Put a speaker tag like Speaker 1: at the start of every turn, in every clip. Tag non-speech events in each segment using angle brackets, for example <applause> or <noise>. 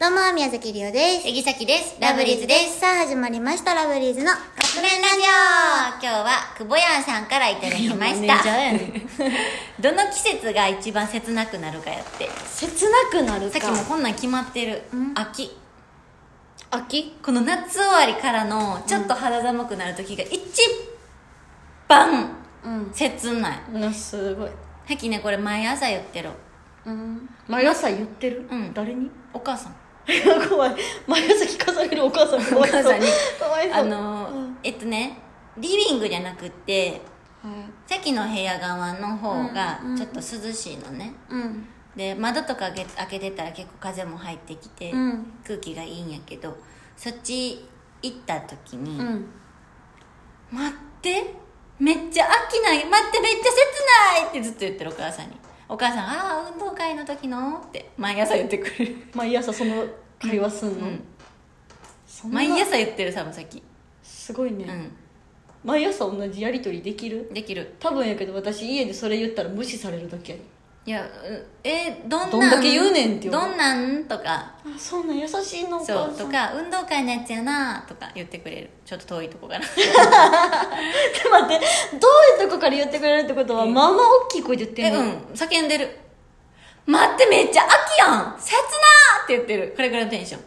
Speaker 1: どうも、宮崎りおです。
Speaker 2: 杉崎です。
Speaker 1: ラ
Speaker 2: ラ
Speaker 1: ブ
Speaker 2: ブ
Speaker 1: リ
Speaker 2: リ
Speaker 1: ー
Speaker 2: ー
Speaker 1: ズ
Speaker 2: ズ
Speaker 1: で
Speaker 2: です。
Speaker 1: す。さあ、始まりました、ラブリーズの。
Speaker 2: カップ麺ラジオ今日は、久保やんさんからいただきまし
Speaker 1: いやマ
Speaker 2: た
Speaker 1: ネージャーや。
Speaker 2: <laughs> どの季節が一番切なくなるかやって。
Speaker 1: 切なくなる
Speaker 2: さっきもこんなん決まってる。秋。
Speaker 1: 秋
Speaker 2: この夏終わりからの、ちょっと肌寒くなる時が一番
Speaker 1: うん。
Speaker 2: 切ない。
Speaker 1: な、すごい。
Speaker 2: さっきね、これ毎朝言ってる。
Speaker 1: うん。毎朝言ってる
Speaker 2: うん
Speaker 1: 誰
Speaker 3: <laughs>
Speaker 1: に
Speaker 2: お母さん。
Speaker 1: 怖い。毎朝聞かされるお母さんか
Speaker 2: お母さんに。
Speaker 1: かわ
Speaker 2: あのー、えっとね、リビングじゃなくって、さっきの部屋側の方が
Speaker 1: うんうん
Speaker 2: ちょっと涼しいのね。
Speaker 1: うん。
Speaker 2: で窓とか開け開けてたら結構風も入ってきて、
Speaker 1: うん
Speaker 2: 空気がいいんやけどそっち行った時に「
Speaker 1: うん。
Speaker 2: 待ってめっちゃ秋ない待ってめっちゃ切ない!」ってずっと言ってるお母さんにお母さん「ああ運動会の時の?」って毎朝言ってくれる、
Speaker 3: 毎朝その会話すん
Speaker 2: う
Speaker 3: の、
Speaker 2: ん、
Speaker 3: そんな
Speaker 2: 毎朝言ってるさぶさき
Speaker 3: すごいうね、
Speaker 2: ん
Speaker 3: 毎朝同じやり取りできる
Speaker 2: できる
Speaker 3: 多分やけど私家でそれ言ったら無視されるだけやで
Speaker 2: いやうえどんなん
Speaker 3: どんだけ言うねんって言わ
Speaker 2: ど
Speaker 3: れ
Speaker 2: んなんとか
Speaker 3: あそんな優しいのお母
Speaker 2: そ
Speaker 3: さ
Speaker 2: うんとか運動会のやつやなとか言ってくれるちょっと遠いとこから
Speaker 3: ちょっと待ってどういうとこから言ってくれるってことは、まあまあ大きい声で言って
Speaker 2: え
Speaker 3: ん
Speaker 2: <laughs>
Speaker 3: の、
Speaker 2: うん叫んでる待ってめっちゃ秋やん切なーって言ってるこれぐらいのテンション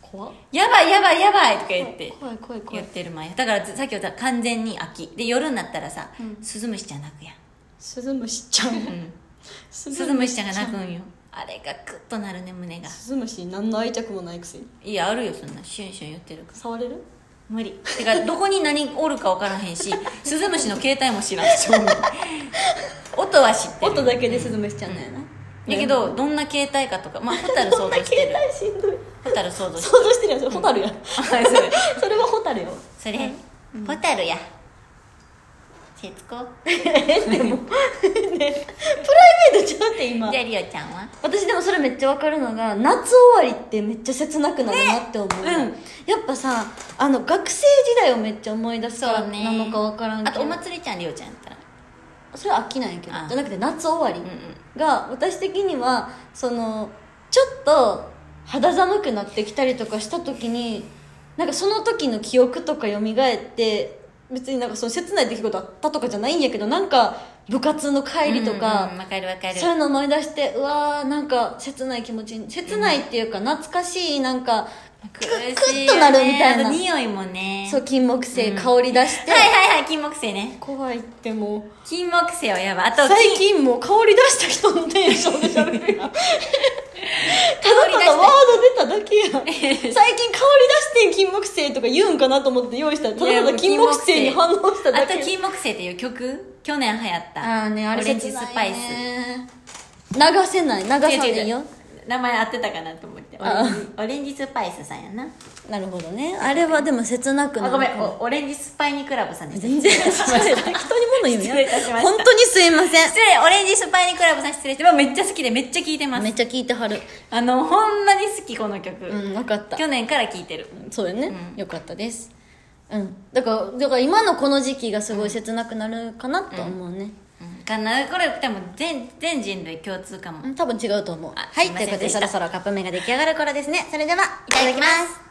Speaker 3: 怖っ
Speaker 2: やばいやばいやばいとか言って
Speaker 3: 怖い怖い怖
Speaker 2: 言っ
Speaker 3: い
Speaker 2: てる前だからずさっき言った完全に秋で夜になったらさ、スズムシちゃん泣くやん、
Speaker 3: スズムシちゃん
Speaker 2: うん、
Speaker 3: ス
Speaker 2: スズムシちゃんが泣くんよあれがクッとなるね胸が
Speaker 3: スズムシに何の愛着もないくせに
Speaker 2: いやあるよそんなシュンシュン言ってるから
Speaker 3: 触れる
Speaker 2: 無理てかどこに何おるか分からへんしスズムシの携帯も知らん <laughs> し音は知ってる
Speaker 3: 音だけでスズムシちゃんだよな、
Speaker 2: やけどどんな携帯かとかまあホタル想像してる
Speaker 3: <laughs> 携帯しんどい
Speaker 2: ホタル想像して
Speaker 3: 想
Speaker 2: る
Speaker 3: 像してるやんそれホタ <laughs> ルやん、
Speaker 2: あそう
Speaker 3: それはホタルよ
Speaker 2: それ、ホタルや節子
Speaker 3: でもねプライベートちゃうって今
Speaker 2: じゃあリオちゃんは
Speaker 3: 私でもそれめっちゃわかるのが夏終わりってめっちゃ切なくなるなって思う、
Speaker 2: ねうん
Speaker 3: やっぱさあの学生時代をめっちゃ思い出すから
Speaker 2: そうね
Speaker 3: なのかわからんけ
Speaker 2: あ
Speaker 3: ど
Speaker 2: とお祭りちゃんリオちゃんやったら
Speaker 3: それは秋なんやけど
Speaker 2: あ
Speaker 3: じゃなくて夏終わ
Speaker 2: うんうん
Speaker 3: りが私的にはそのちょっと肌寒くなってきたりとかした時になんかその時の記憶とか蘇って別になんかその切ない出来事あったとかじゃないんやけどなんか部活の帰りとか、
Speaker 2: うんうんわかるわかる
Speaker 3: そういうの思い出してうわーなんか切ない気持ちに切ないっていうか懐かしいなんか、
Speaker 2: 苦
Speaker 3: ク
Speaker 2: しいよね
Speaker 3: ッとなるみたいな
Speaker 2: あと匂いもね
Speaker 3: そう金木犀
Speaker 2: うん
Speaker 3: 香り出して、
Speaker 2: はいはいはい金木犀ね
Speaker 3: 怖いってもう
Speaker 2: 金木犀はやばいあと
Speaker 3: 最近もう香り出した人のテンションで喋るやん <laughs> ただただワード出ただけやん最近香り出してん金木犀とか言うんかなと思って用意したらただただ金木犀に反応した
Speaker 2: あ
Speaker 3: だ
Speaker 2: と
Speaker 3: けやん
Speaker 2: 金木犀っていう曲去年流行った
Speaker 3: あーねあれ
Speaker 2: オレンジスパイス
Speaker 3: ス流せない流さない
Speaker 2: 違う違う違
Speaker 3: よ
Speaker 2: う名前合ってたかなと思ってオレ
Speaker 3: あ
Speaker 2: ンジオレンジスパイスさんやな
Speaker 3: なるほどねあれはでも切なくな
Speaker 2: あ
Speaker 3: る
Speaker 2: ごめんおオレンジスパイニクラブさんです
Speaker 3: 全然
Speaker 2: <laughs>
Speaker 3: 人に物言う
Speaker 2: 失
Speaker 3: や
Speaker 2: 礼いたしました
Speaker 3: 本当にすいません
Speaker 2: 失礼オレンジスパイニクラブさん失礼してまあめっちゃ好きでめっちゃ聴いてま
Speaker 3: め
Speaker 2: す
Speaker 3: っちゃ聞いてはる
Speaker 2: あのほんまに好きこの曲、
Speaker 3: うん分かった
Speaker 2: 去年から聴いてる
Speaker 3: そうよね、よかったですうんだからだから今のこの時期がすごい切なくなるかなと思うね、
Speaker 2: かなこれでも全全人類共通かも、
Speaker 3: うん多分違うと思う
Speaker 2: あ
Speaker 3: はい
Speaker 2: すいま
Speaker 3: とい
Speaker 2: せん
Speaker 3: うことで
Speaker 2: でし
Speaker 3: そ
Speaker 2: た
Speaker 3: ろそろカップ麺が出来上がる頃ですねそれではいただきます